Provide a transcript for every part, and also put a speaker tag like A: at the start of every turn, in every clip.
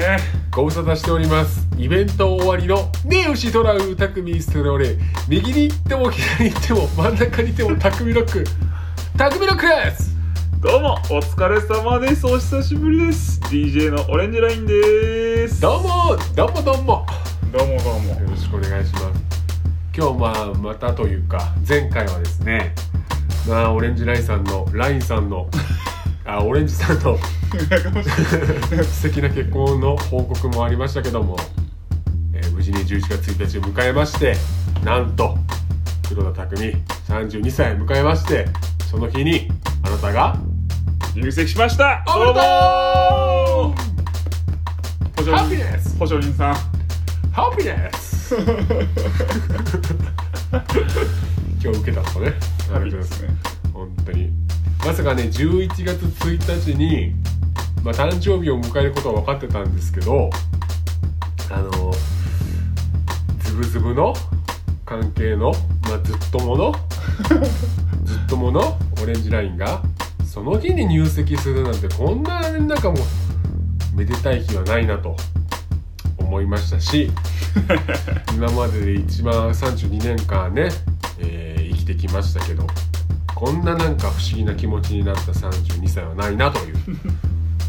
A: 無沙汰しておりますイベント終わりの「ねえ牛トラウ匠ストローレ」右に行っても左に行っても真ん中に行っても匠ロック匠ロックです
B: どうもお疲れ様ですお久しぶりです DJ のオレンジラインです
A: どうもどうもどうも
B: どうもどうも
A: よろしくお願いします今日まあまたというか前回はですねまあオレンジラインさんのラインさん のあオレンジさんの素敵な結婚の報告もありましたけども、えー無事に11月1日を迎えましてなんと黒田匠32歳を迎えましてその日にあなたが
B: 入籍しました
A: おめ
B: ど
A: でと
B: うも保証
A: ハッピ
B: 人
A: ーです
B: 保証人さん
A: ハッピーです 今日受けたのね
B: ハッピーですね
A: 本当にまさかね11月1日に、まあ、誕生日を迎えることは分かってたんですけどあのズブズブの関係の、まあ、ずっとものずっとものオレンジラインがその日に入籍するなんてこんななんかもうめでたい日はないなと思いましたし今までで一番32年間ね、えー生きてきましたけどこんななんか不思議な気持ちになった32歳はないなという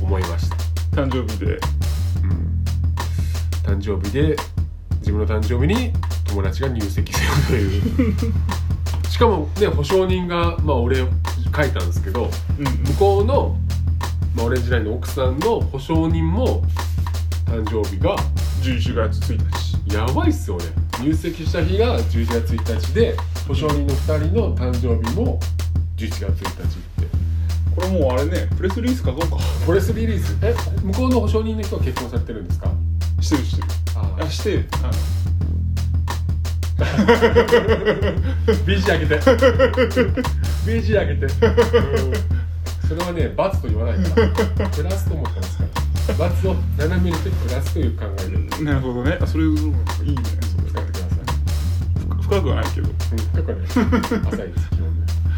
A: 思いました、
B: 誕生日で
A: うん、誕生日で自分の誕生日に友達が入籍するというしかもね保証人が、まあ、俺書いたんですけど向こうの、まあ、オレンジラインの奥さんの保証人も誕生日が
B: 11月1日
A: やばいっすよね入籍した日が11月1日で保証人の2人の誕生日も11月1日って
B: これもうあれねプレスリリース書こうか
A: プレスリリースえ向こうの保証人の人は結婚されてるんですか
B: してるしてる
A: あ
B: あしてあ
A: ビ BG あげて BG あげて、それはね罰と言わないからプラスと思ったんですから罰を斜めにしてプラスという考えで
B: のなるほどねあそれいいねそれ
A: 使ってください
B: 深深くはないけど
A: うん深くは ない浅いです基本ね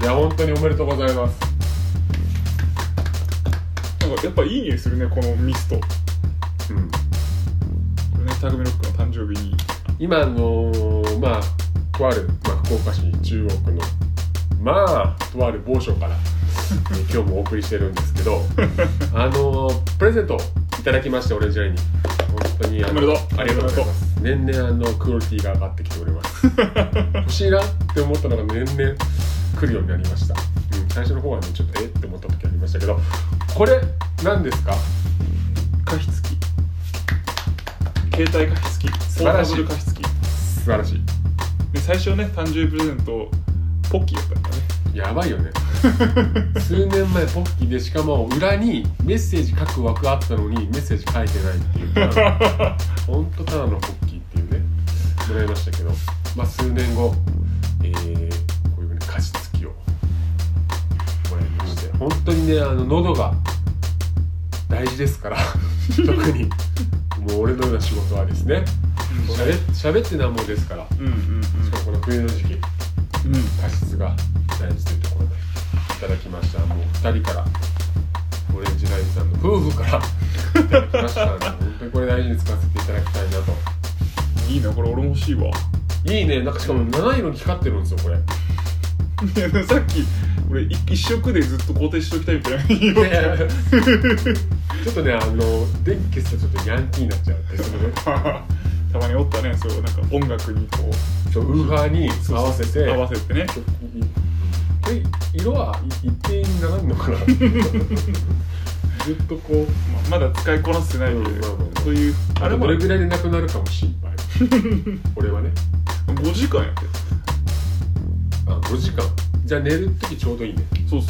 A: いや本当におめでとうございます
B: なんかやっぱいい匂いするねこのミストこ
A: うん
B: れねタグミロックの誕生日に
A: 今あのーまあとある、まあ、福岡市中央区のまあとある某所から、えー今日もお送りしてるんですけ どあのープレゼントいただきましてオレンジラインに本当にあの
B: おめでとう
A: ありがとうございます年々あのクオリティが上がってきております欲しいなって思ったのが年々来るようになりました、うん、最初の方はねちょっとえって思った時ありましたけどこれ何ですか
B: 加筆器携帯加筆器
A: 素晴らしい
B: ポータブル加筆器
A: 素晴らしい
B: で最初ね誕生日プレゼントポッキーやったんだね
A: やばいよね 数年前ポッキーでしかも裏にメッセージ書く枠あったのにメッセージ書いてないっていうかほんとただのポッキーっていうねもらいましたけど、まあ、数年後、えーこういうふうに加湿器をもらいまして本当にねあの喉が大事ですから特にもう俺のような仕事はですねしゃべってなんぼですから
B: うんうんうん
A: しかもこの冬の時期加湿が大事というところでいただきましたもう2人からオレンジラインさんの夫婦からいただきました ので本当にこれ大事に使わせていただきたいなと
B: いいなこれ俺も欲しいわ
A: いいねなんかしかも七色に光ってるんですよこれ
B: いやさっき俺い一色でずっと固定しときたいみたいな言いよ
A: いやいや ちょっとねあの電気消すとちょっとヤンキーになっちゃうってそのね
B: たまにおったねそうなんか音楽にこう
A: そうウーファーに合わせて
B: 合わせてね
A: これ色はい一定にならんの かなずっとこう
B: まあまだ使いこなせてないけど、
A: うんまあまあまあ
B: そういう
A: あ
B: あれ
A: れ
B: も
A: ど
B: 5
A: れぐらいでなくなるかも心配 俺はね
B: 時間やって
A: あ5時間じゃあ寝る時ちょうどいいね
B: そうそ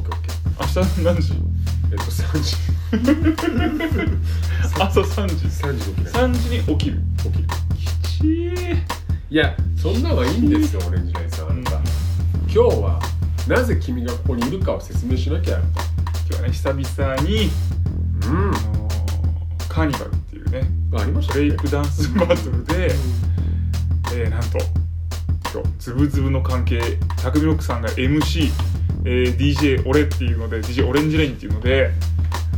A: オッケーオッケ
B: 明日何時
A: ーえっと3時
B: 朝3時
A: 3時に起きない
B: 3時に起きる
A: 起きる
B: きちー
A: いやそんなんはいいんですよオレンジラインさんあなた
B: うん
A: 今日はなぜ君がここにいるかを説明しなきゃ
B: 今日はね久々に、
A: うん
B: あのーカーニバルっていうね
A: ありました
B: ブレイクダンスバトルで、えーなんと今日ズブズブの関係タクミロックさんが MC、えー DJ 俺っていうので DJ オレンジレインっていうので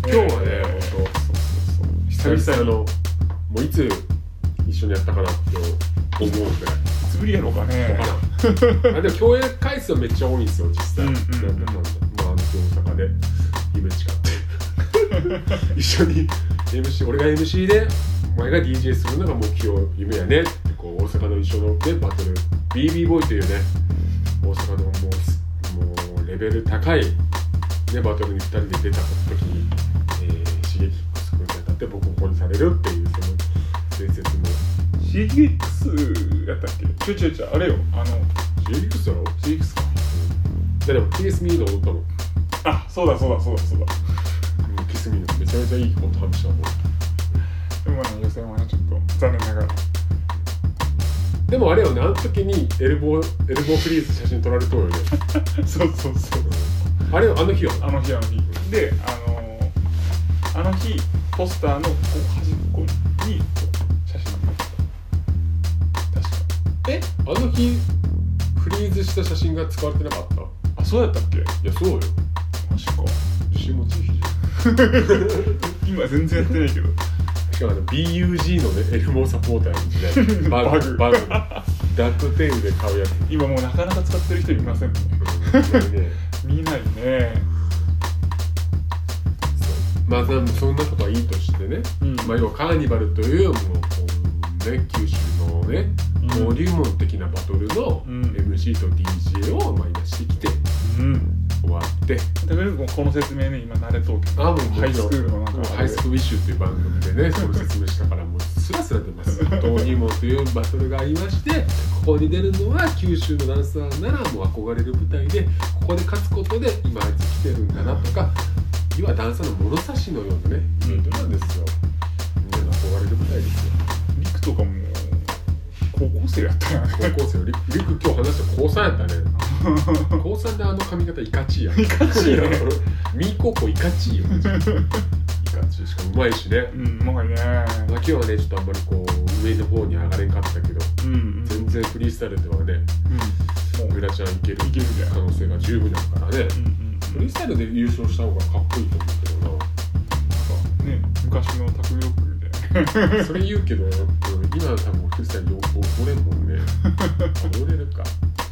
A: 今日はね
B: えー
A: 本
B: そうそうそう久々に
A: のもういつ一緒にやったかなって思うくらい
B: いつぶりやろうかね
A: 分からんあでも共演回数はめっちゃ多いんですよ実際、
B: うんうんうん
A: なんだかんだまああの大阪で夢誓って 一緒に MC 俺が MC でお前が DJ するのが目標夢やねってこう大阪の一緒の、ね、バトル BB ボーイというね大阪のもうもうレベル高い、ね、バトルに2人で出た時に、えー、刺激くんに当たってボコボコにされるっていうその伝説の
B: CX やったっけちょいちょいちょいあれよあの
A: 刺激くだろ
B: CX か
A: いやでも Kiss Me の踊ったの
B: あそうだそうだそうだそうだ
A: うんキスミのめちゃめちゃいいこと話したもん
B: でもまあ予選はねちょっと残念ながら
A: でもあれよねあの時にエルボーエルボーフリーズ写真撮られとうよね
B: そうそうそう
A: あれよあの日よ
B: あの日あの日であのー、あの日ポスターのこう端っこに写真が入ってた確か
A: えあの日フリーズした写真が使われてなかったい
B: あそうやったっけ
A: やそうよ
B: マジ か
A: 自信持ちいい日じ
B: 今全然やってないけど
A: ゃんしかもあの BUG のねエルモーサポーターの時代バグ
B: バ
A: バ
B: グ
A: グダックテールで買 うやつ
B: 今もうなかなか使ってる人いませんもんね
A: うんね
B: 見ないね
A: そうまあでもそんなことはいいとしてね、
B: うん
A: まあ、要はカーニバルというもうこう、ね、九州のね
B: うん
A: 登竜門的なバトルの
B: うん
A: MC と DJ をまあ今してきて
B: うん
A: 終わって
B: だけどもうこの説明ね今慣れとうけど
A: あもう
B: ハイスクールの中
A: もう
B: で
A: ハイスクールウィッシュっていう番組 でねその説明したからもうスラスラ出ます登竜門というバトルがありましてここに出るのは九州のダンサーならもう憧れる舞台でここで勝つことで今あいつ来てるんだなとか要はダンサーの物差しのようなねイベントなんですよみんなの憧れる舞台ですよ
B: リクとかも高校生やったよね
A: 高校生よりりく今日話した高3やったね高3であの髪型いかちいやん
B: いかちいね
A: ミー高校いかちい よマジでいかちいしかもうまいしね
B: うんうまいね
A: まあ、今日はねちょっとあんまりこう上の方に上がれんかったけど
B: うんうん
A: 全然フリースタイルではね
B: うんもう
A: グラちゃんいける
B: いけるじゃん
A: 可能性が十分だからね
B: うんうん
A: フリースタイルで優勝した方がかっこいいと思う
B: ね昔のタクミロックみたいな
A: けどなそれ言うけどうん今は多分フリースタイルよく怒れんもん ね怒れるか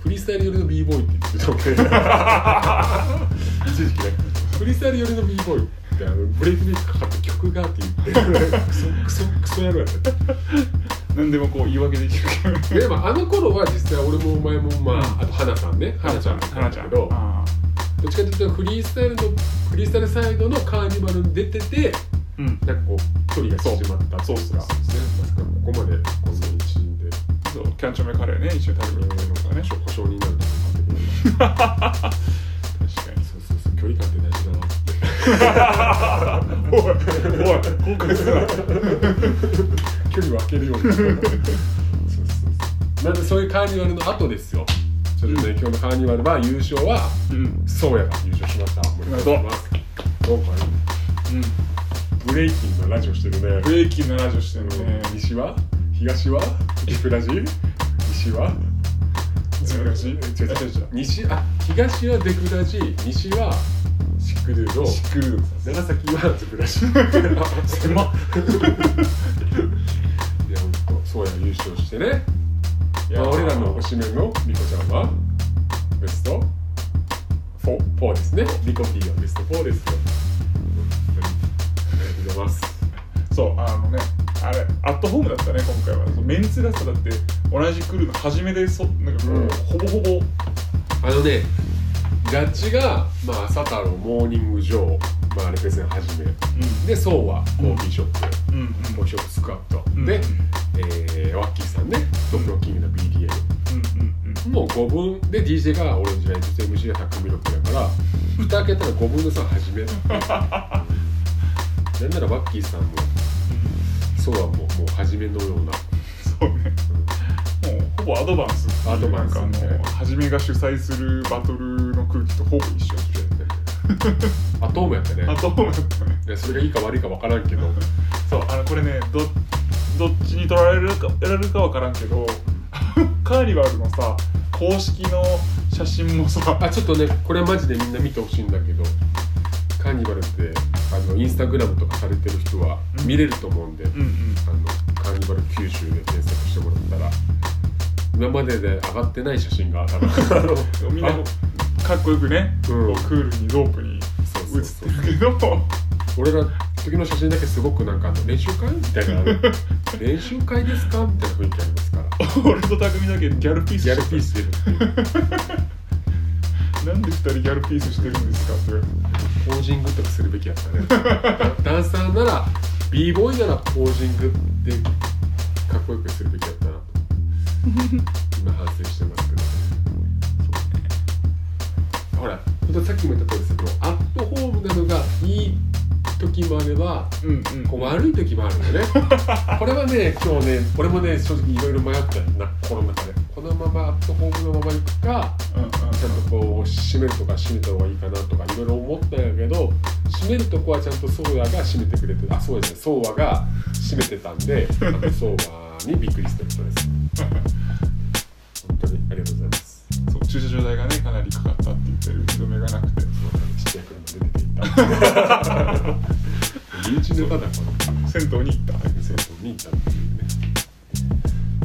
A: フリースタイル寄りの b ボーイって言ってたもんね一時期ねフリースタイル寄りの b ボーイってあのブレイクビートかかった曲がって言ってクソクソクソやるやった
B: 何でもこう言い訳できるけど
A: でもあの頃は実際俺もお前もまあ、あと花さんね花ちゃんもそう
B: 花
A: だ
B: ちゃ
A: け
B: ん
A: どど
B: あ
A: っちかというとフリースタイルのフリースタイルサイドのカーニバルに出てて
B: ーうん
A: なんかこう距離が縮まったって
B: そう
A: い
B: そう
A: かね
B: う
A: まさかここまでこんなに縮んで
B: そうキャンチョメカレーね一緒に食べに行ったりとかね
A: 保証になると思うんだけど
B: 確かに
A: そうそう そう距離感って大事だなって
B: おいおい後悔するな
A: 距離を空け るようにそうそうそうなんでそういうカーニバルの後ですよそれでね、今日のカーニバルは優勝は
B: うん
A: そうやが優勝しましたおめでとうございます今回ブレイキンのラジオしてるね
B: ブ。レイキンのラジオしてる
A: うん
B: ね
A: 西は東はリプラジ西は
B: ズブラジ
A: 違う
B: 違う違う違う
A: 西あ東はデクラジ西はシックドゥの
B: シックルーズ
A: 長崎はズブラジ
B: 狭っ
A: いやほんとそうや優勝してねいや俺らの推しメンのリコちゃんはベスト 4, 4ですねリコ P はベスト4ですよありがとうございます
B: そうあのねあれアットホームだったね今回はそうメンツがさだって同じクルーの初めでそなんかこう、
A: うん
B: ほぼほぼ
A: あのねガッチが、まあ、朝太郎モーニングジョー、まあ、レペゼンはじめでそうはコーヒーショップ、
B: うんうん
A: コーヒーショップスクワット、
B: うん
A: で、えーワッキーさんねトップのキングの BDM
B: う
A: もう5分で DJ がオレンジラインそして MC が匠ロックだから蓋開けたら5分の3はじめなんならワッキーさんもそうはもうもうはじめのような
B: うんうんうんそうねもうほぼアドバンスっていう
A: アドバンス
B: なんかあの初めが主催するバトルの空気とほぼ一緒っていう
A: アトームやったね
B: アットホームだったね
A: いやそれがいいか悪いか分からんけど
B: そうあのこれねどどっちに取られるかやられるかわからんけど カーニバルのさ公式の写真もさ
A: あちょっとねこれマジでみんな見てほしいんだけどカーニバルってあのインスタグラムとかされてる人は
B: うん
A: 見れると思うんで、
B: うんうん
A: あのカーニバル90で検索してもらったら今までで上がってない写真が 多分あの
B: みんな
A: あ
B: かっこよくね、
A: うん
B: こうクールにロープに
A: そうそう
B: 写
A: そ
B: っ
A: う
B: てるけど
A: 俺ら時の写真だけすごくなんかあの練習会みたいなあの練習会ですかみたいな雰囲気ありますから
B: 俺と匠だけギャル ピース
A: ギャルピース出るっていう
B: なんで二人ギャルピースしてるんですかって
A: ポージングとかするべきやったね ダンサーなら b ボーイならポージングってかっこよくするべきやったなと今反省してますけどほらほんとさっきも言った通りですけどアットホームなのがいい時もあれば
B: うんうん
A: こう悪い時もあるんだよねこれはね今日ね俺もね正直いろいろ迷ったんだ心の中でこのままアットホームのまま行くか
B: うんうん
A: ちゃんとこう締めるとか締めた方がいいかなとかいろいろ思ったんやけど締めるとこはちゃんとソーヤが締めてくれてあそうですねソーワが締めてたんであのソーワにびっくりしたことです本当にありがとうございます
B: そう駐車場代がねかなりかかったって言ってる人目がなくて
A: ちっちゃい車で出ていった身内ネタだこの
B: 銭
A: 生
B: 湯に行っ
A: 徒に行ったっていうね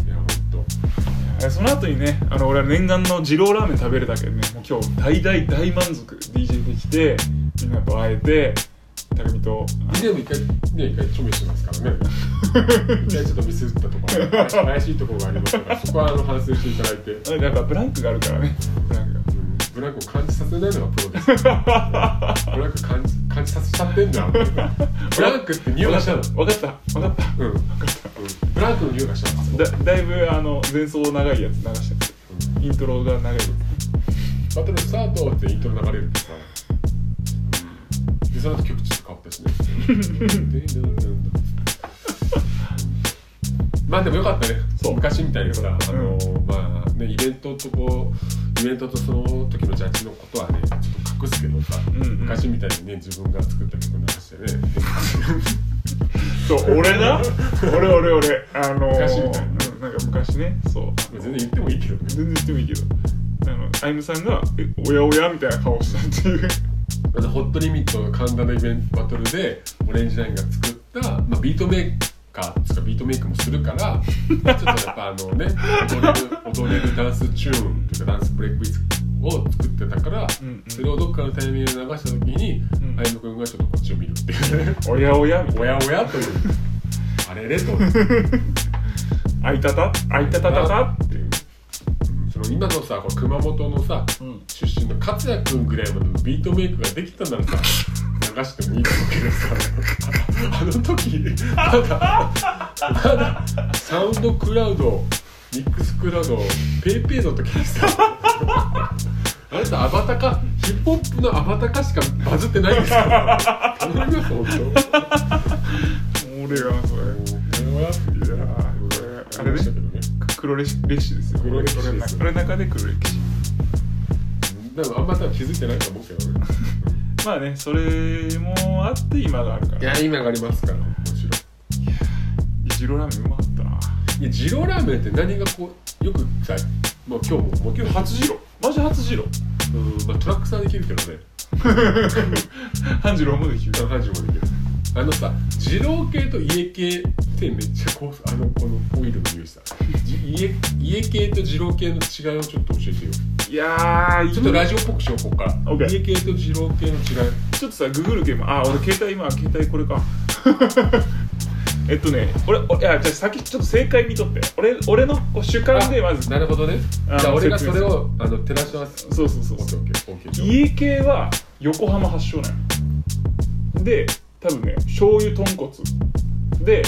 A: いや本
B: たえその後にねあの俺は念願の二郎ラーメン食べれたけどねもう今日大大大満足 DJ できてみんなと会えて匠
A: 当
B: と
A: ビデオも一回ね一回ちょめしてますからね一回ちょっとミスったところが怪しいところがありますからそこはあの反省していただいて
B: あやっぱブランクがあるからねブランクが
A: うんブラックを感じさせないのがプロですうんブラック感じ感じさせちゃってんだブラックって匂いがしたの
B: 分かった分かった
A: うん、うん、ブラックの匂いがしたの
B: だだいぶあの前奏長いやつ流しててイントロが長いやつ
A: バトルスタートってイントロ流れるんですからでその後曲ちょっと変わったしねまあでもよかったね
B: そう
A: 昔みたいにさあの、
B: う
A: まあねイベントとこうイベントとその時のジャッジのことはねちょっと隠すけどさ、
B: うんうん
A: 昔みたいにね自分が作った曲流してね
B: そう俺な俺俺俺あのー、
A: 昔みたいな
B: うんなんか昔ねそう
A: 全然言ってもいいけどね
B: 全然言ってもいいけどあのアイムさんがえ「おやおや」みたいな顔したっていう
A: あのホットリミットの神田のイベントバトルでオレンジラインが作った、まあ、ビートメーカーつかビートメイクもするからちょっとやっぱあのね踊れる踊れるダンスチューンというかダンスブレイクビーツを作ってたから、
B: うんうん
A: それをどっかのタイミングで流した時に、
B: うん
A: あゆむくんがちょっとこっちを見るっていうね
B: 「おやおや」みた
A: お
B: い
A: やおやという あれれと
B: な「あいたた」「あいたたたた」っていう
A: うんその今のさこの熊本のさ、
B: うん
A: 出身の勝也君ぐらいまでのビートメイクができたならさ流してもいいと思うけどさあの時まだまだサウンドクラウドミックスクラウドペイペイの時にさあなたアバタかヒップホップのアバタかしかバズってないんです から頼みます本当
B: 俺がそれ
A: 俺はい
B: やーこれあれ
A: でした
B: ね
A: けどね
B: 黒レシレシですよ
A: 黒歴史
B: 俺の
A: です
B: 中
A: よ
B: 俺の中で黒歴史
A: でもあんま多分気づいてないと思うけどね
B: まあねそれもあって今があるか
A: い
B: ら
A: や今がありますからもちろん
B: 一郎ラーメンうまかったない
A: や二郎ラーメンって何がこうよくさもう今日ももう
B: 今
A: 今
B: 日
A: 日
B: 初次郎マジ初次郎
A: うん、まあ、トラックさんできるけどね
B: 半次郎もできる
A: あのハンジもできるあのさ二郎系と家系ってめっちゃこうあのこのオイルの匂いしたじ家家系と二郎系の違いをちょっと教えてよ
B: いやー
A: ちょっとラジオっぽくしようこっから、
B: オッケー
A: 家系と二郎系の違い
B: ちょっとさ、ググるゲーム、あ、俺携帯今、携帯これか。 えっとね、俺、おいや、じゃあ先ちょっと正解見とって。俺、俺のこう主観でまず。
A: なるほどね
B: あ
A: じゃあ俺が
B: 説
A: そ
B: 明す
A: れ
B: る
A: をあの照らし合わせ
B: そうそうそう
A: オッケーオッケーオッケー
B: 家系は横浜発祥なの。で、多分ね、醤油豚骨。で、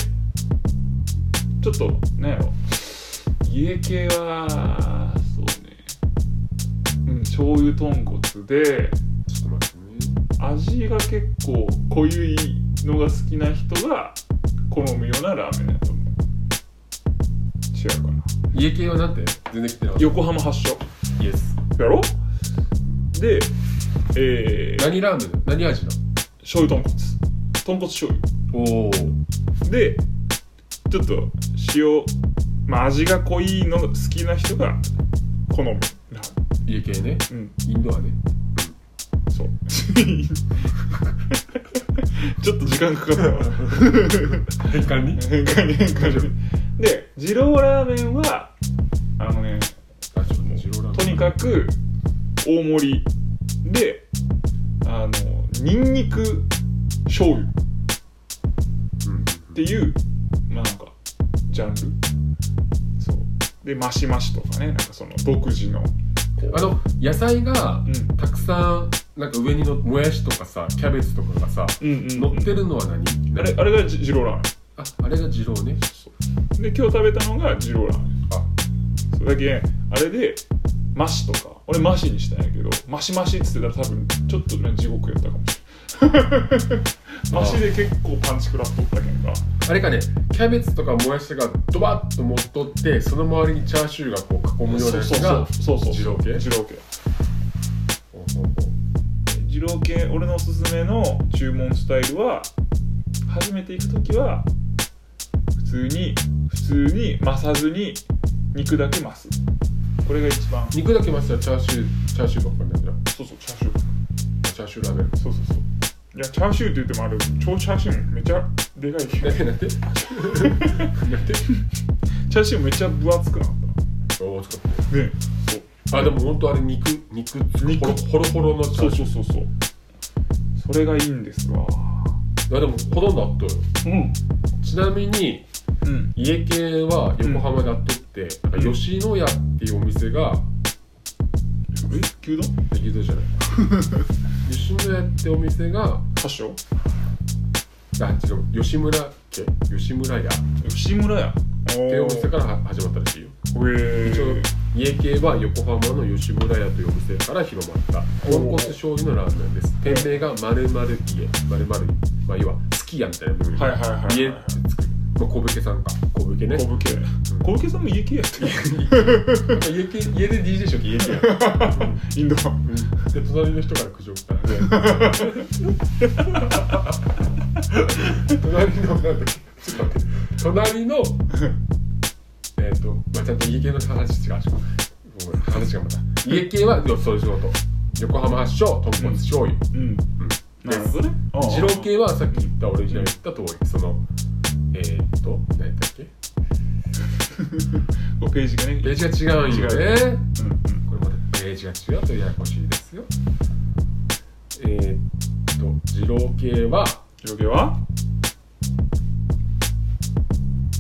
B: ちょっと、なんやろ。家系は、そうね。うん、醤油豚骨で、
A: ちょっと待ってね
B: 味が結構濃ゆいのが好きな人が好むようなラーメンだと思う違うかな
A: 家系はなんて全然来てなかっ
B: 横浜発祥
A: たイエス
B: やろでえー、
A: 何ラーメン何味だ
B: 醤油豚骨豚骨醤油
A: おお
B: でちょっと塩まあ味が濃いのが好きな人が好むラー
A: 家系ね
B: メン
A: インドはね
B: うんそう ちょっと時間かかったわ
A: 変換に
B: 変換に変換にで二郎ラーメンはあのね
A: あちょっとね二郎ラーメン
B: とにかく大盛りであのニンニク醤油
A: うん
B: っていうまあなんかジャンルそうでマシマシとかねなんかその独自のこう
A: あの野菜が
B: うん
A: たくさんなんか上にのもやしとかさキャベツとかがさ
B: うんうんうん
A: 乗ってるのは何
B: あれあれがじ二郎ラーメ
A: ああれが二郎ね
B: ンで今日食べたのが二郎ラーメン
A: あ
B: それだけあれでマシとか俺マシにしたんやけどマシマシっつってたら多分ちょっとね地獄やったかもし れんマシで結構パンチ食らっとったけんか
A: あれかねキャベツとかもやしがドバッと持っとってその周りにチャーシューがこう囲むような
B: そう
A: やつ
B: そうそう
A: が
B: そうそう
A: 二郎系
B: 二郎系
A: ほうほうほ
B: 二郎系俺のおすすめの注文スタイルは初めて行く時は普通に普通に増さずに肉だけ増すこれが一番
A: う肉だけ増したらチャーシューチャーシューばっかりなんじゃん
B: そうそうチャーシュー
A: チャーシューラーメン
B: そうそうそういやチャーシューって言ってもある超チャーシューもめちゃで かいけど
A: なん てなんてなんて
B: チャーシューめちゃ分厚くなっ
A: おお使って
B: たねそう
A: あでも本当あれ肉肉
B: 肉
A: ホロホロのチャ
B: そう
A: ーシ
B: そ
A: ュ
B: うそうそうそれがいいんですわ
A: ーあでもほとんどあっとる
B: うん
A: ちなみに
B: うん
A: 家系は横浜であっとって、なんか吉野家っていうお店が
B: え牛丼
A: 牛丼じゃ ない吉野家ってお店が
B: 発祥
A: あ違う吉村家吉村屋っ
B: 吉村やお
A: ていうお
B: ー
A: 店からは始まったらしいよ
B: へ
A: 一応
B: え
A: 家系は横浜の吉村屋というお店から広まった
B: お
A: 豚骨醤油のラーメンです店名が丸々家丸々まあ要はすき家みたいな部分
B: はいはいはいはい
A: 家ってつくまあ小武家さんか小武家ね
B: 小武家小武家さんも家系やってる
A: なんか家系家で DJ しょ家系や
B: インド
A: で隣の人から苦情来たらね隣のなんだっけちょっと待って隣のえっとまあちゃんと家系の話違うごめん話がまた家系はそういう仕事横浜発祥豚骨醤油、
B: うん
A: うん、
B: な
A: で
B: るほどねああ
A: 二郎系 はさっき言った俺が言った通りそのえっ、ー、と何だっけ
B: こうページがね
A: ページが違うんよね
B: うんうん
A: これまたページが違うとややこしいですよえー、っと二郎系は
B: 二郎系は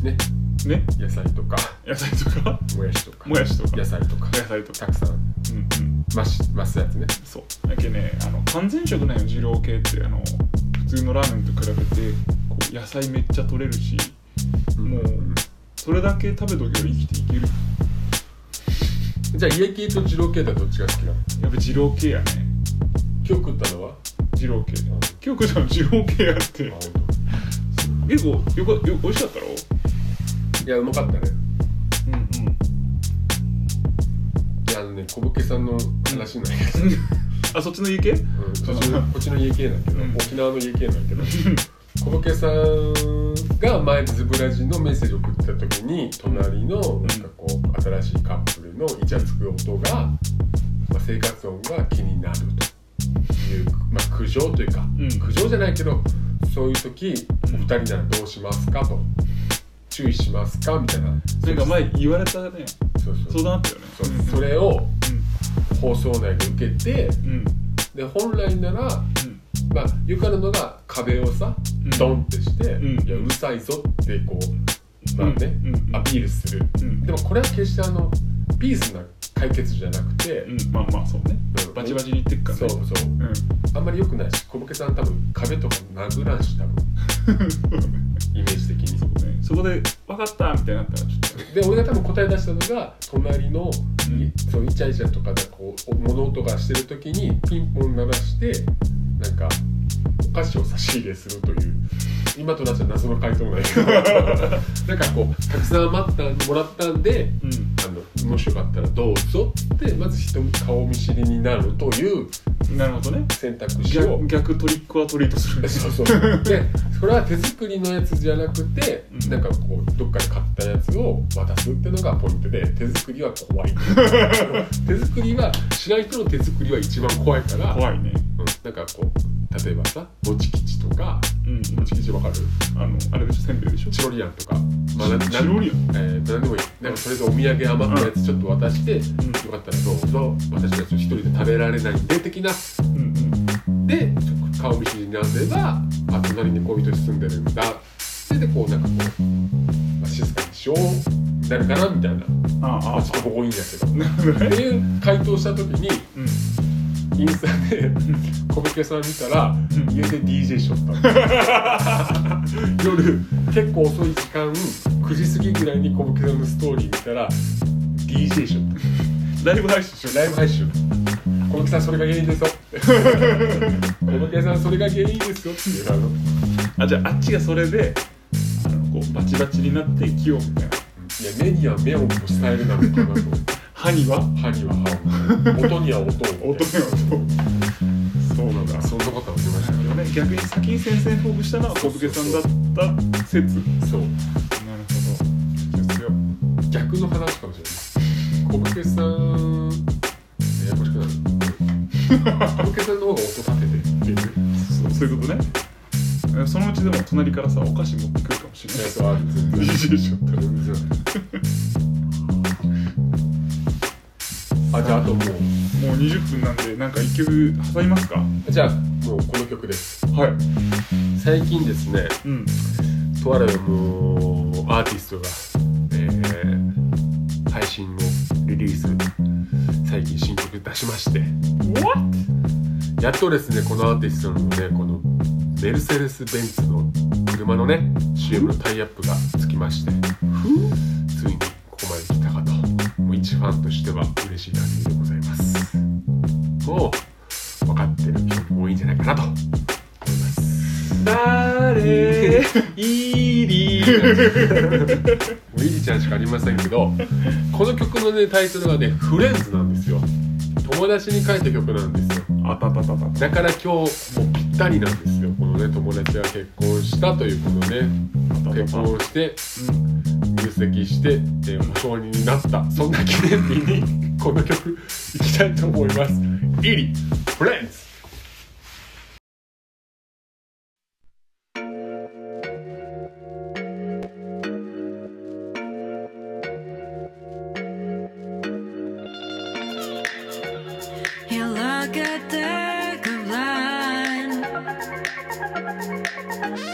A: ね
B: ね
A: 野菜とか
B: 野菜とか
A: もやしとか
B: もやしとか
A: 野菜とか
B: 野菜とか
A: たくさん
B: うんうん
A: 増し増すやつね
B: そうだけねあの完全食なんよ二郎系ってあの普通のラーメンと比べてこう野菜めっちゃ取れるしもうそれだけ食べとけば生きていける
A: じゃあ家系と二郎系だとどっちが好きなの
B: やっぱ二郎系やね
A: 今日食ったのは
B: 二郎系今日こちゃん二郎系やって
A: あ本
B: 結構よかよ美味しかったろ
A: 当いやうまかったね
B: うんうん
A: いやあのね小武家さんの話なんやけど、
B: あ そっちの家系
A: うん、こっちのこっちの家系なんだけど、
B: うん
A: 沖縄の家系なんだけど小武家さんが前ズブラジのメッセージを送った時に隣のなんかこう新しいカップルのイチャつく音が、まあ、生活音が気になるという、まあ、苦情というか、
B: うん
A: 苦情じゃないけどそういう時お二人ならどうしますかと注意しますかみたいな
B: なんか前言われたね
A: そうそう
B: 相談あったよね
A: そうそれを放送内で受けて
B: うんうん
A: で本来ならまあ、ゆかるのが壁をさ、
B: うん
A: ドンってして、
B: うん
A: いやうるさいぞってこう、まあね
B: うんうん
A: アピールする、
B: うん
A: でもこれは決してあのピースな解決じゃなくて、
B: うんうんまあまあそうね
A: うん
B: バチバチに言ってっから
A: そう
B: ね
A: そう
B: うん
A: あんまり良くないし小武家さん多分壁とか殴らんし多分 イメージ的に
B: そうねそこで分かったみたいになったらちょっと
A: で俺が多分答え出したのが隣の,、
B: うん
A: そのイチャイチャとかでこう物音がしてる時にピンポン鳴らしてなんかお菓子を差し入れするという今となっちゃ謎の回答なんだ けどなんかこうたくさん待ったもらったんで
B: うん
A: あのもしよかったらどうぞってまず人顔見知りになるという
B: なるほどね
A: 選択肢を
B: 逆逆トリックはトリートするんです
A: そうそうでそれは手作りのやつじゃなくて、
B: うん
A: なんかこうどっかで買ったやつを渡すっていうのがポイントで手作 りは怖い手作りはしない人の手作りは一番怖いから
B: 怖いね
A: うん、なんかこう例えばさもち吉とか
B: うん
A: もち吉わかる
B: あのあれでしょせんべいでしょ
A: チロリアンとか、まあ、なな
B: チロリアン
A: えーと、何でもいいなんかそれでお土産余ったやつちょっと渡して、
B: ん
A: よかったらどうぞ私がちょっと一人で食べられないんで的な
B: うん
A: で顔見知りになればあ隣に恋人住んでるんだそれでこうなんかこう、まあ、静かにしようになるかなみたいな
B: うんああ
A: ま
B: あ
A: あ ちょっとここいいんだけど
B: なるほど
A: って
B: ね
A: いう回答した時に
B: うん
A: インスタで小池さん見たら
B: ん
A: 家で DJ しょったの夜結構遅い時間9時過ぎぐらいに小池さんのストーリー見たら DJ しょっ
B: ライブ配信しよ
A: たライブ配信小池さんそれが原因ですよって小池さんそれが原因ですよっていうあの
B: うあじゃああっちがそれであのこうバチバチになってきようみたいな
A: や目
B: い
A: には目をも伝えるなのかなと
B: 歯には
A: 歯には歯を音には音を
B: 音には音そうなんだ
A: そんなことは思いましたけど
B: ね逆に先に宣戦布告したのは小武さんだった説なる
A: そう
B: ほどですよ
A: 逆の話かもしれない小武さんややこしくなる小武さんの方が音立ててっていう
B: そうそういうことねえそのうちでも隣からさお菓子持ってくるかもしれ
A: や
B: ない
A: つはある全然
B: いいでしょ
A: 全然あじゃああともう
B: もう20分なんでなんか一曲挟みますかは
A: じゃあもうこの曲です
B: い
A: 最近ですね
B: うん
A: とあるもうアーティストが、えー配信をリリース最近新曲出しまして
B: What?
A: やっとですねこのアーティストのねこのメルセデス・ベンツの車のね CM のタイアップがつきましてついにここまで来たかともう一ファンとしては嬉しい限りでございますもう分かってる人も多いんじゃないかなと思いますイ
B: 誰
A: ーリーイーリちゃんしかありませんけどこの曲のねタイトルがね「フレンズ」なんですよ友達に書いた曲なんですよ
B: あたたたたた
A: だから今日もうぴったりなんですよこのね友達が結婚したというこのね結婚をして
B: うん
A: 入籍して、えー、お承認になったそんな記念日に この曲いきたいと思いますイリフレンズ
C: You look at the good line.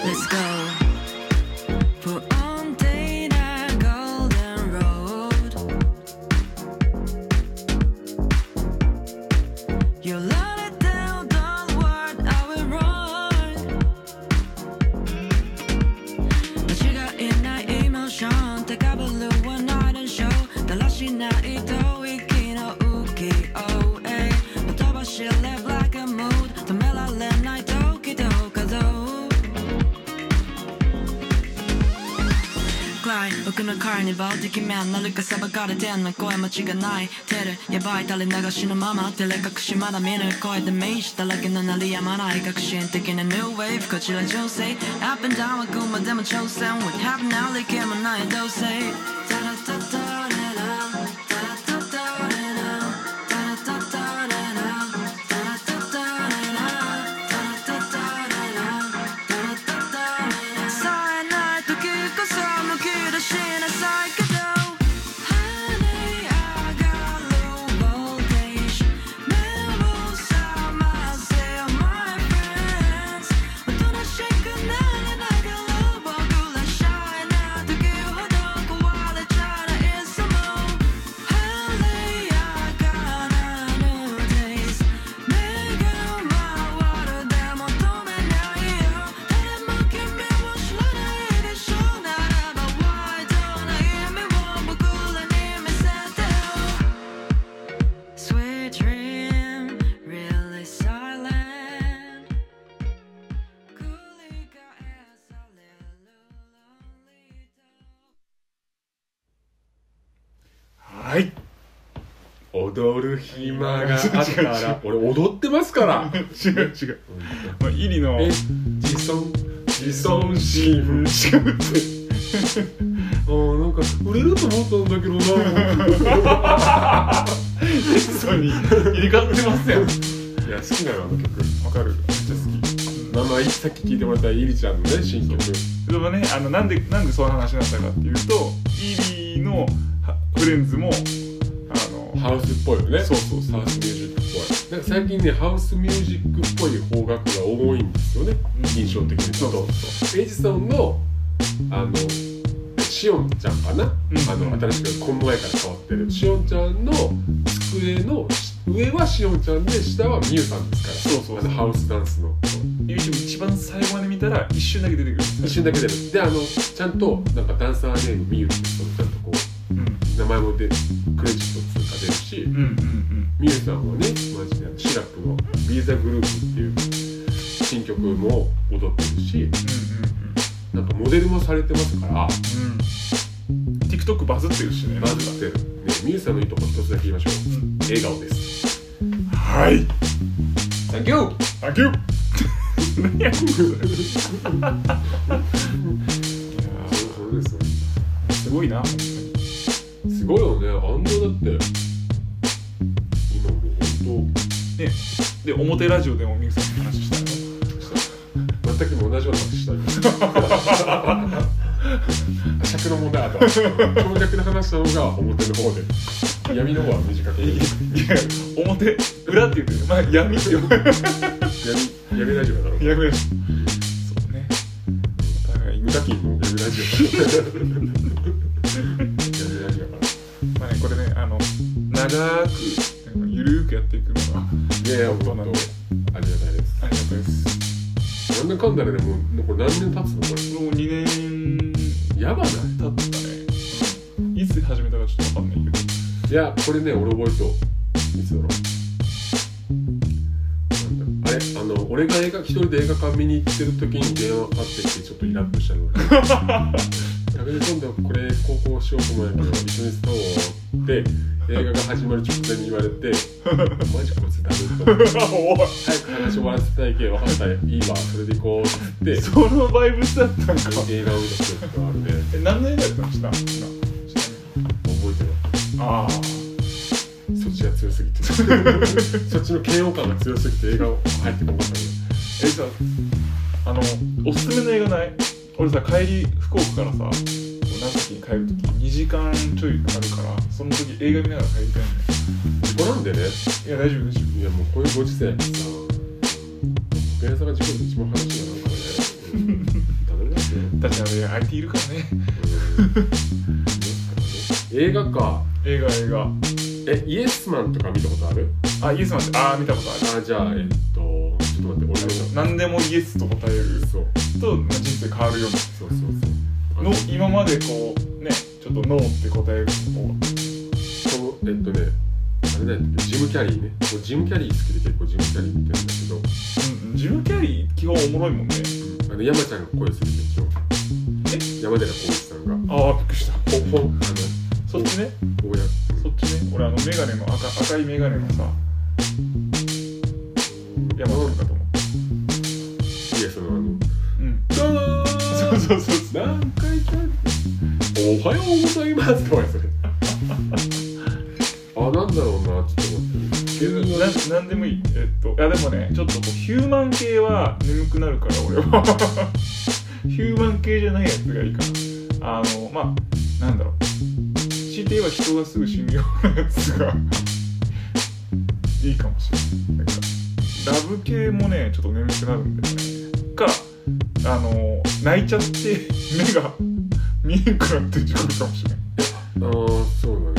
C: Let's go. Put on data golden road. You let it down, don't what I was wrong. But you got in that emotion. Take a blue one night and show. The last night, though, we can't okay. Oh, eh. But I was she left like a mood. The melon night, okie doke, though. 僕のカーニバル的面なるか裁かれてんの声間違いないテルやばい垂れ流しのまま照れ隠しまだ見ぬ声で名詞だらけの鳴りやまない革新的なニューウェーブこちら情勢 Up and down は群馬でも挑戦 We have now 力もないどうせタラタタレラタラタタレラタラタタレラタラタタレラタラタタレラタラタタレラ冴えない時こそむき出しなさいけど跳ね上がるボルテージ目を覚ませ My friends おとなしくなれながら僕らシャイな時ほど壊れちゃういつも晴れやかなニューデイズ目が回るでも止めないよ誰も君を知らないでしょならばワイドな意味を僕らに見せてよ Sweet dream, really silent. Coolly got as a little lonely dog.
B: はい
A: 踊る暇があっ
B: 違う
A: た
B: 違う違う
A: ら 俺踊ってますから
B: 違う違う、まあ、イリの
A: え自尊自尊心
B: 違うって
A: あーなんか売れると思ったんだけどな
B: ソに入れ替わってますよ
A: いや好きなのあの曲
B: わかるめっちゃ好き
A: まあまあさっき聞いてもらったイリちゃんのね新曲
B: でもねあのなんでなんでそういう話になったかっていうとイリーのはフレンズもあの
A: ハウスっぽいよね
B: そうそうそう
A: ハウスミュージックっぽいなんか最近ねハウスミュージックっぽい方角が多いんですよね
B: うん
A: 印象的に
B: そうそう
A: エジソンのあのしおんちゃんかな、
B: ん
A: あの新しくこの前から変わってるしおんちゃんの机の上はしおんちゃんで下はみゆさんですから
B: そうそう
A: あ
B: そう
A: のハウスダンスの
B: YouTube 一番最後まで見たら一瞬だけ出てくる
A: 一瞬だけ出るであのちゃんとなんかダンサーネームみゆって人もちゃんとこう
B: うん
A: 名前も出てクレジット通過出るし
B: うんうん
A: みゆさんはねマジであのシラップの「ビーザグループ」っていう新曲も踊ってるし
B: う
A: なんかモデルもされてますから
B: んうんうんうん TikTok バズってるしね
A: まずってねみゆさんのいいとこ一つだけ言いましょう
B: うん
A: 笑顔です
B: はい
A: サンキュー
B: あぎゅっ 何やこれ
A: そうですよ
B: すごいな本当に
A: すごいよねあんなだって今もう本
B: ねで表ラジオでもミクさんの話したよ
A: 当全く今同じような話したい尺の問題あと長尺の話した方が表の方で闇の方は短く闇
B: いや表裏って言ってるまあ闇って呼ぶ
A: 闇ラジオだろ
B: 闇だしそうねお互いに
A: 無課金も闇ラジオ闇ラジオだか
B: まあねこれねあの長くなんかゆるーくやっていくのが
A: らいやいや本
B: そうなん
A: 当
B: だ
A: ありがたいです
B: ありがたいです
A: なんだかんだでねもうこれ何年経つのこ
B: もう2年
A: れやばない
B: 経ったね、うん、いつ始めたかちょっと分かんないけど
A: いや、これね、俺覚えとう。いつだろう。なんだろうあれ、あの、俺が映画、一人で映画館見に行ってる時に電話かかってきて、ちょっとイラッとしたの。やべえ、今度これ、高校しようと思うんやけど、一緒に使おうって、映画が始まる直前に言われて、マジこいつだめと思って。
B: おい
A: 早く話終わらせたいけ、分かった、いいわ、それで行こうって言って、
B: そのバイブスだったんか
A: 映画を見た記憶があるね。
B: え何年ぐらいやってましたちなみに
A: 覚えてる。
B: ああ
A: そっちが強すぎてそっちの嫌悪感が強すぎて映画を入ってこなかったね
B: えじゃああのおすすめの映画ない俺さ帰り福岡からさ長崎に帰るとき2時間ちょいかかるからその時映画見ながら帰りたいんだ
A: 事故なんでね
B: よいや大丈夫大丈
A: いやもうこういうご時世やからさベンさんが事故で一番話がなんかね頼みますよ
B: 夫だってあれ IT いるからね
A: 映画か
B: 映画映画
A: えイエスマンとか見たことある
B: あイエスマンってああ見たことある
A: あじゃあえっとちょっと待って俺の
B: 何でもイエスと答える
A: そう
B: とまあ人生変わるよ
A: そうそうそう
B: の今までこうねちょっとノーって答えるの
A: そのえっとねあれだよジム・キャリーねもうジム・キャリー好きで結構ジム・キャリー見てるんだけど
B: を、うん、ジム・キャリー基本おもろいもんね
A: あの山ちゃんが声するでしょ山寺宏一さんが
B: ああびっくりした
A: ほほんあの
B: そっちね
A: こうやって
B: そっちね俺あのメガネの赤赤いメガネのさ山ちゃんかと思った
A: いやそのあの
B: うん
A: どうも
B: そうそうそうそう
A: 何回かおはようございますとかそれ あなんだろうなちょっと待って
B: えななんでもいいえっといやでもねちょっとこうヒューマン系は眠くなるから俺は ヒューマン系じゃないやつがいいかなあのまあなんだろう強いて言えば人がすぐ死ぬようなやつがいいかもしれないなんかラブ系もねちょっと眠くなるんだよねかあの泣いちゃって目が見えなくなって事故るかもしれない、
A: あーそうだね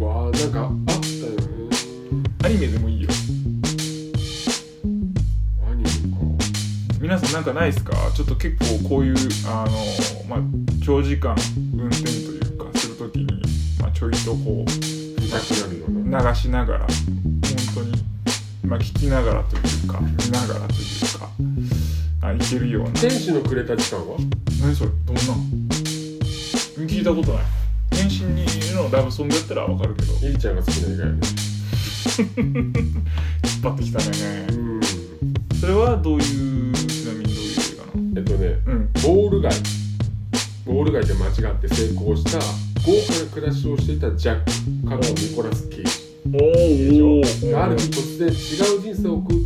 B: うん、
A: わあなんかあったよね
B: アニメでもいいよ
A: アニメか
B: 皆さんなんかないですかちょっと結構こういうあの、まあ、長時間運転というかするときに、まあ、ちょいとこう
A: 痛くなるような
B: 流しながら本当にまあ聞きながらというか見ながらというかあいけるような
A: 天使のくれた時間は
B: 何それどんな聞いたことない天使にのラブソングだったらわかるけど引っ
A: ゆりちゃんが好きな映画よね
B: 張ってきたね
A: うん
B: それはどういうちなみにどういう映画な
A: え
B: の
A: っとね
B: うん
A: ボール街ボール街で間違って成功した豪華な暮らしをしていたジャック過去ニコラス・ケイジ
B: おーおー
A: がある日突然違う人生を送っ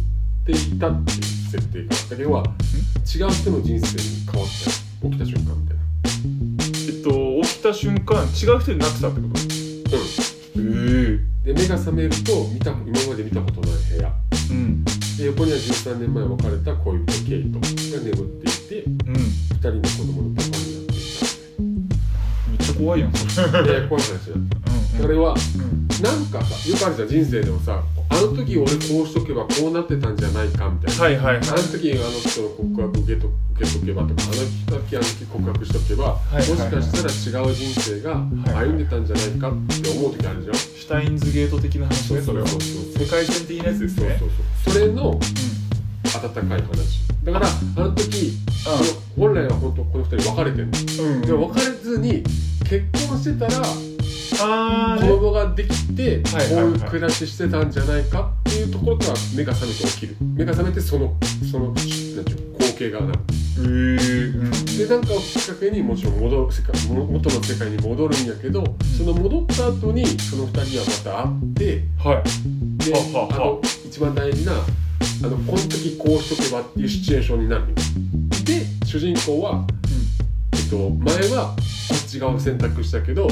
A: ていたっていう設定があったけどは違う人の人生に変わった起きた瞬間みたいな
B: えっと起きた瞬間違う人になってたってこと
A: うんで目が覚めると見た今まで見たことない部屋
B: うん
A: で横には13年前別れた恋人ケイトが眠っていて
B: うん
A: 2人の子供のパパになって
B: めっちゃ怖いやんそ れ
A: いたやや怖い話だっ
B: う
A: た
B: ん
A: それは
B: うん
A: なんかさよくあるじゃん人生でもさあの時俺こうしとけばこうなってたんじゃないかみたいな
B: はいはいはい
A: あの時あの人の告白受けと受けとけばとかあの時あの時告白しとけば、
B: いはいはい
A: もしかしたら違う人生が
B: はい
A: 歩んでたんじゃないかって思う時あるじゃん、
B: シュタインズゲート的な話ねそれは
A: そうそうそう
B: 世界線的なやつです
A: そう
B: ね
A: そうそうそれの温かい話だからあの時
B: うん
A: この本来は本当この二人別れてるの
B: うん
A: でも別れずに結婚してたら
B: あ
A: 子
B: ーね
A: 供ができてこう
B: はいは
A: い
B: いはいう
A: 暮らししてたんじゃないかっていうところから目が覚めて起きる目が覚めてそのそのなんていうの光景がなる
B: へーうん
A: でなんかをきっかけにもちろん戻る世界も元の世界に戻るんやけどその戻った後にその二人はまた会って
B: はい
A: で
B: はあはあ
A: あの一番大事なあのこの時こうしとけばっていうシチュエーションになるのよで主人公は、えっと、前はこっち側を選択したけどやっ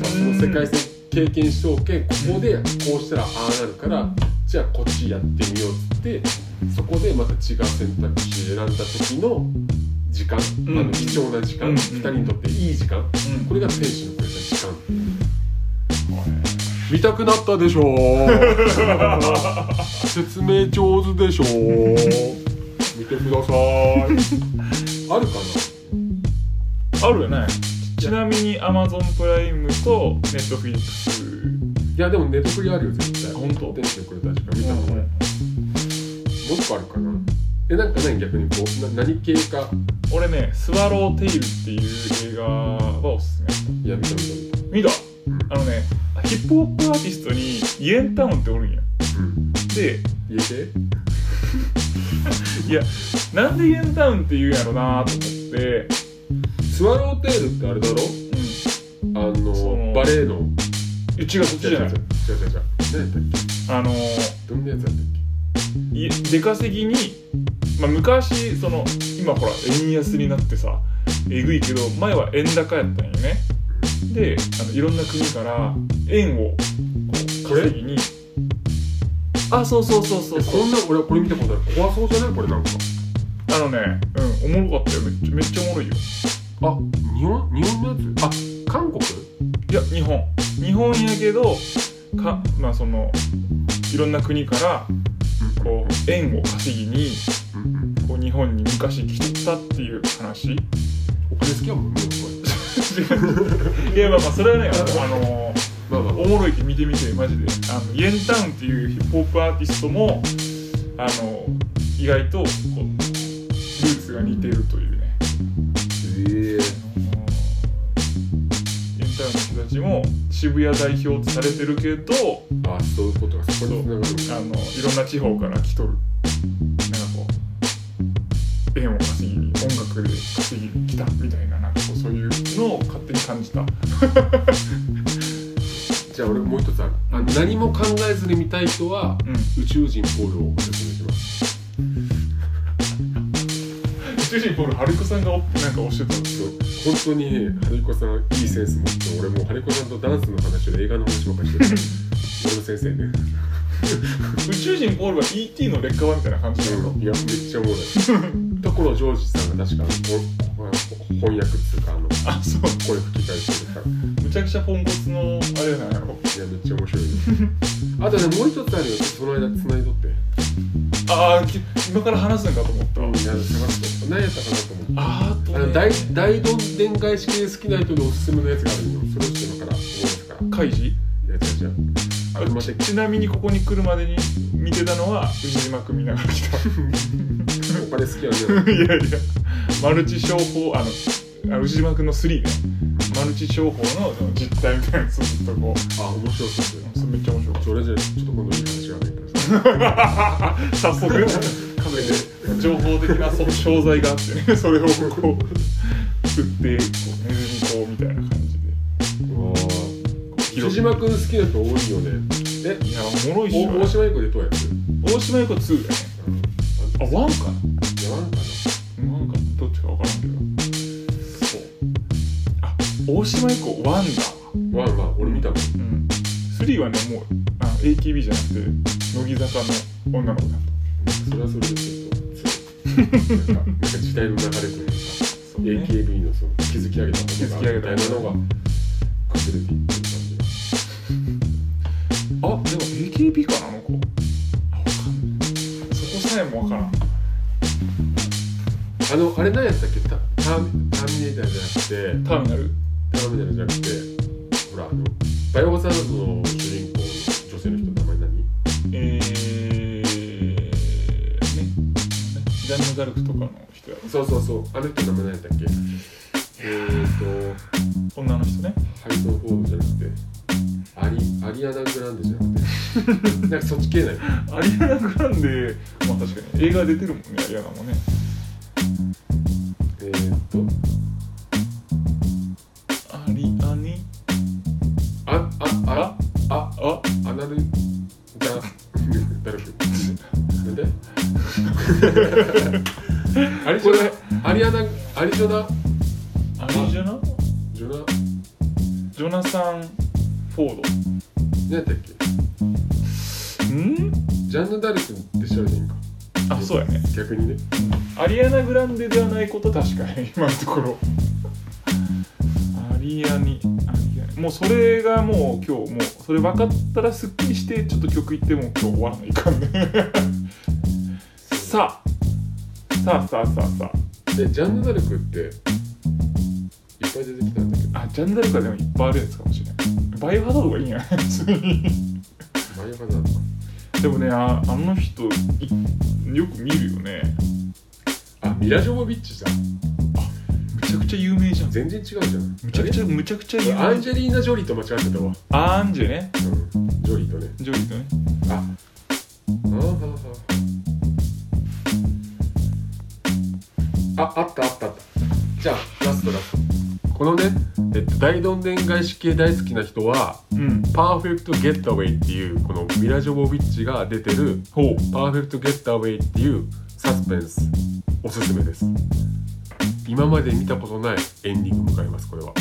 A: ぱその世界線経験証券ここでこうしたらああなるからじゃあこっちやってみようっつってそこでまた違う選択肢選んだ時の時間、
B: ん
A: あの貴重な時間、
B: うん
A: 二人にとっていい時間
B: うん
A: これが天使のくれた時間見たくなったでしょ う説明上手でしょ う見てくださいあるか
B: あるよねちなみに Amazon プライムと Netflix
A: ないやでもネトフリあるよ絶対
B: 本当
A: 天使のくれた時間見たことないもう一個あるかなえなんかね逆にこうな何系か
B: 俺ね「スワローテイル」っていう映画はおすすめ
A: いや見た見た見た
B: 見たあのねヒップホップアーティストにイエンタウンっておるんや
A: うん
B: で
A: 家系
B: いやなんでイエンタウンって言うんやろなと思って、
A: スワローテールってあれだろ
B: うん、
A: あの
B: その
A: バレエの
B: え違うそっちじゃない
A: 違う違う違う違う何やったっ
B: あの
A: けどんなやつやったっ
B: い出稼ぎに、まあ、昔その今ほら円安になってさえぐいけど前は円高やったんよねであのいろんな国から円をこう稼ぎにあそうそうそうそ
A: け
B: う
A: え
B: そう
A: こんな俺これ見たことない怖そうじゃないこれなんか
B: あのねうんおもろかったよめっちゃめっちゃおもろいよ
A: あ日本日本のやつあ韓国
B: いや日本日本やけどかまあそのいろんな国からこう円を稼ぎに
A: うんうん
B: こう日本に昔来てたっていう話違う
A: お金好きやもんねこ
B: 違ういやまあまあそれはねあの
A: れまあまあ
B: おもろいって見てみてマジであのイエンタウンっていうヒップホップアーティストもあの意外とこうルーツが似てるというね
A: ええ
B: イエンタウンの人たちも渋谷代表ってされてるけど
A: あそういうことがそこにつながる
B: あのいろんな地方から来とるなんかこう円を稼ぎに音楽で稼ぎに来たみたいななんかこうそういうのを勝手に感じた
A: じゃあ俺もう一つあるあの何も考えずに見たい人は
B: う
A: 宇宙人ポールをおすすめします
B: 主人公の春子さんがおなんかおっしゃってたんです
A: そう本当にね春彦さんいいセンス持って俺もう春彦さんとダンスの話より映画の話ばっかりしてる俺の先生ね
B: 宇宙人ポールは ET の劣化版みたいな感じなの
A: いやめっちゃおもろい所ジョージさんが確かあのこ翻訳っていうかあの
B: あそう
A: 声吹き返してるから
B: むちゃくちゃポンコツのあれなんやろ
A: いやめっちゃ面白いねあとねもう一つあるよその間繋いどって
B: ああ今から話すんかと思った、
A: いや探すと何やったかなと思って
B: あーっと
A: あの
B: ね
A: 大大どんでん返し系で好きな人でおすすめのやつがあるよそれをしてるから思い出すから
B: カイジ
A: いや違う違うあくまで
B: ちちなみにここに来るまでに見てたのは牛島君見ながら来た
A: お金好きやね
B: いやいや、マルチ商法、あの、あ牛島君の3ね、マルチ商法のその実態みたいなやつをずっとこう、
A: あ面白そうです
B: それめっちゃ面白かっ
A: それじゃちょっと今度いい話がないから さ
B: た。早速、カメで情報的なそ商材があってね、それをこう、振って、こう、ネズミこうみたいな感じで。
A: うわー牛島君好きな人多いよねえね
B: いやおもろいっし
A: お大
B: ょ
A: 島優子でどうやってる
B: 大島優子2だよねあ
A: あ
B: 1か
A: やらんかな
B: ななんかどっちか分からんけどそうあ大島優子1だわ
A: ワンは俺見たもん
B: うん3はねもうあ AKB じゃなくて乃木坂の女の子だ
A: それはそれでちょっとなんかなんか時代の流れというか
B: うね
A: AKB のその築き上げたものがみたいなのが崩れていってる感じが
B: あでも AKB かなあの子あ分かんないそこさえも分からん
A: あのあれ何やったっけタターミターミネーターじゃなくて
B: ターミナル
A: ターミナルじゃなくてほらあのバイオハザードの主人公の女性の人の名前何
B: えーねダンヌ・ダルクとかの人やろ
A: そうそうそうあの人の名前何やったっけえーと
B: 女の人ね
A: ハリソン・フォードじゃなくてアリアリアナ・グランデじゃなくて なんかそっち系ない
B: アリアナ・グランデまあ確かに映画出てるもんねアリアナもね
A: えーと
B: アリアニ
A: ああああ
B: あ
A: アナルダダルフなんでアリジョ
B: これ
A: ナアリアナアリジョナ
B: アリジョナ
A: ジョナ
B: ジョナサン・フォー
A: 何やったっけ
B: ドん
A: ジャンヌ・ダルクって調べていいんか
B: あそうやね
A: 逆にね
B: アリアナ・グランデではないことは確かに 今のところアリアニアリアニもうそれがもう今日もうそれ分かったらすっきりしてちょっと曲いってもう今日終わらないかんねさあさあさあさあさ
A: でジャンヌ・ダルクっていっぱい出てきたんだけど
B: ああジャンダルカでもいっぱいあるやつかもしれないバイオハザードがいいんやない普通に
A: バイオハザードか
B: でもねああの人いよく見るよね
A: あミラ・ジョボビッチさん
B: むちゃくちゃ有名じゃん
A: 全然違うじゃん
B: むちゃくちゃむちゃくちゃ有
A: あれアン
B: 名
A: ジェリーナ・ジョリーと間違ってたわ、
B: アンジェね
A: うん、ジョリーとね
B: ジョリーとね
A: ああああったあったあったじゃあラストラストこのね、えっと、大どんでん返し系大好きな人は
B: うん
A: 「パーフェクト・ゲット・アウェイ」っていうこのミラ・ジョボビッチが出てる
B: ほう
A: 「パーフェクト・ゲット・アウェイ」っていうサスペンスおすすめです今まで見たことないエンディング迎えますこれは、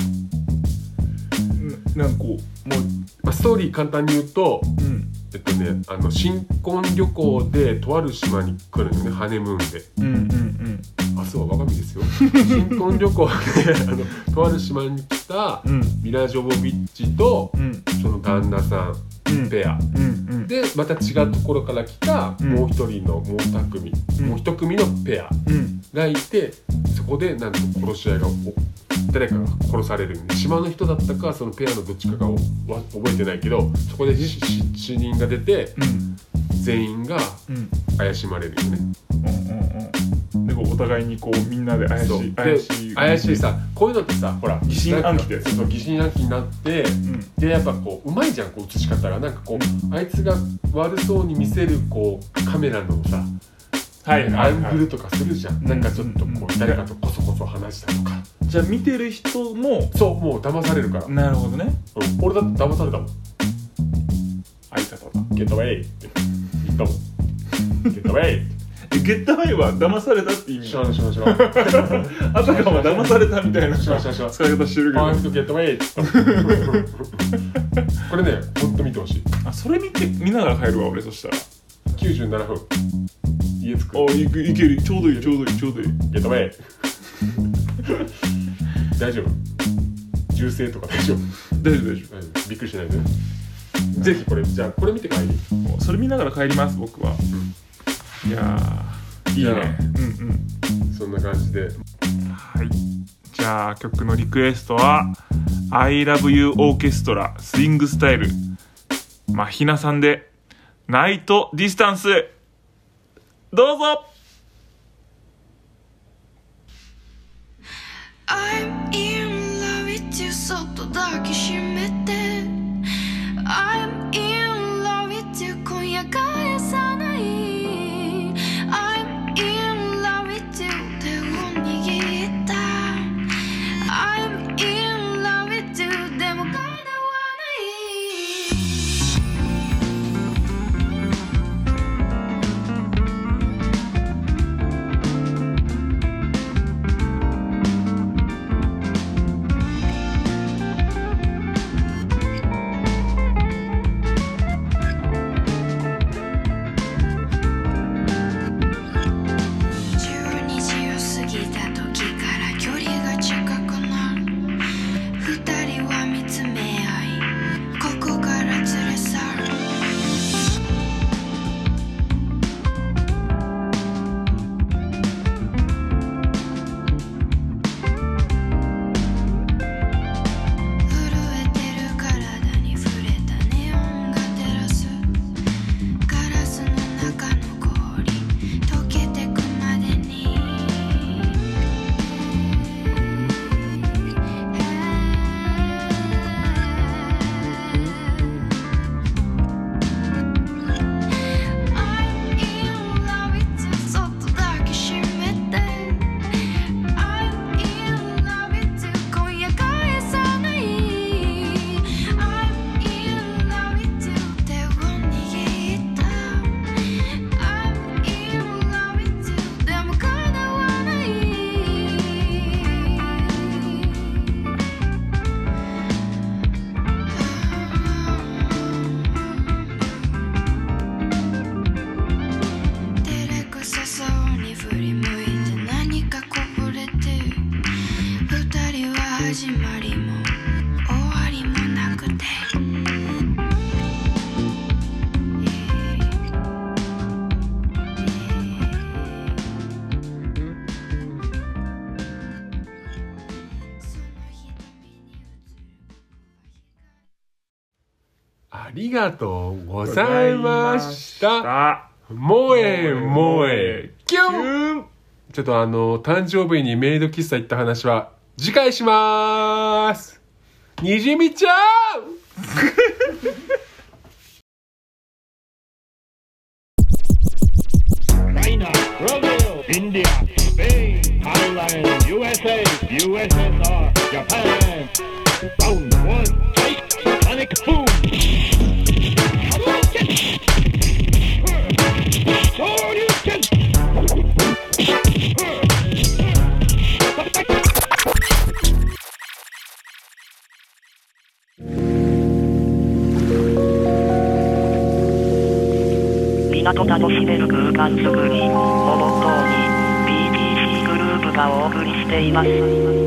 B: ななんかこうもう
A: まあ、ストーリー簡単に言うと
B: うん
A: えっとねあの新婚旅行でとある島に来るのねハネムーンで
B: うんうんうん
A: 明日は我が身ですよ 新婚旅行であのとある島に来た
B: うん
A: ミラ・ジョボビッチと
B: うん
A: その旦那さ
B: うん
A: んペア
B: うんうん
A: でまた違うところから来た
B: うん
A: もう一人のもう二組、
B: うん
A: もう一組のペア
B: うん
A: がいてそこでなんと殺し合いが起こ誰かが殺されるんで島の人だったかそのペアのどっちかがわ覚えてないけどそこで死死人が出て
B: うん
A: 全員が
B: うん
A: 怪しまれるよね。
B: うんうんでこうお互いにこうみんなで怪
A: そう
B: しい
A: で
B: 怪しい
A: 怪しいさこういうのってさほら
B: 疑心暗鬼だよ
A: なんかそう疑心暗鬼になって
B: うん
A: でやっぱこううまいじゃんこう映し方がなんかこ
B: う
A: うあいつが悪そうに見せるこうカメラのさ
B: はい
A: ア
B: はい
A: ング
B: は
A: ルとかするじゃん
B: ん
A: なんかちょっと
B: うん
A: こう誰かとこそこそ話したとか
B: いじゃあ見てる人も
A: そうもう騙されるから、うん
B: なるほどね
A: 俺だって騙されたもん
B: 相方だ
A: 「ゲットウェイ!」って言ったもん「ゲットウェイ!」って
B: えゲットアイは騙されたって意味
A: 知らん知らん知 らんパ
B: あたかも騙されたみたいな
A: 知
B: 使
A: ら
B: い
A: ん知らん知らん
B: 方してる
A: ーフ
B: け
A: ェ
B: ど
A: クトゲットウェイって言った もんこれねほんと見てほしい
B: あそれ見て見ながら帰るわ俺そしたら
A: 97分家作
B: あ
A: る
B: いくいけるちょうどいいちょうどいいちょうどいい
A: ゲットウ ェイ大丈夫銃声とか大丈夫
B: 大丈夫大丈
A: 大丈夫びっくりしないでねぜひこれじゃあこれ見て帰り
B: 夫もうそれ見ながら帰ります僕は、いやーいい
A: じゃあ
B: ねうんうん
A: そんな感じで
B: はい。じゃあ曲のリクエストは「I love you オーケストラスイングスタイル」まひなさんで「ナイトディスタンス」どうぞ
D: I'm in love with you そっと抱きしめて I'm in love with you 今夜返さない I'm in love with you 手を握った I'm in love with you でも叶わない
A: りがとうございました。
B: た
A: 萌え萌えキ
B: キ
A: ュン
B: ュン
A: ちょっとあの、誕生日にメイド喫茶行った話は次回しまーすにじみちゃん
E: 港楽しめる空間づくりをモットーに BTC グループがお送りしています。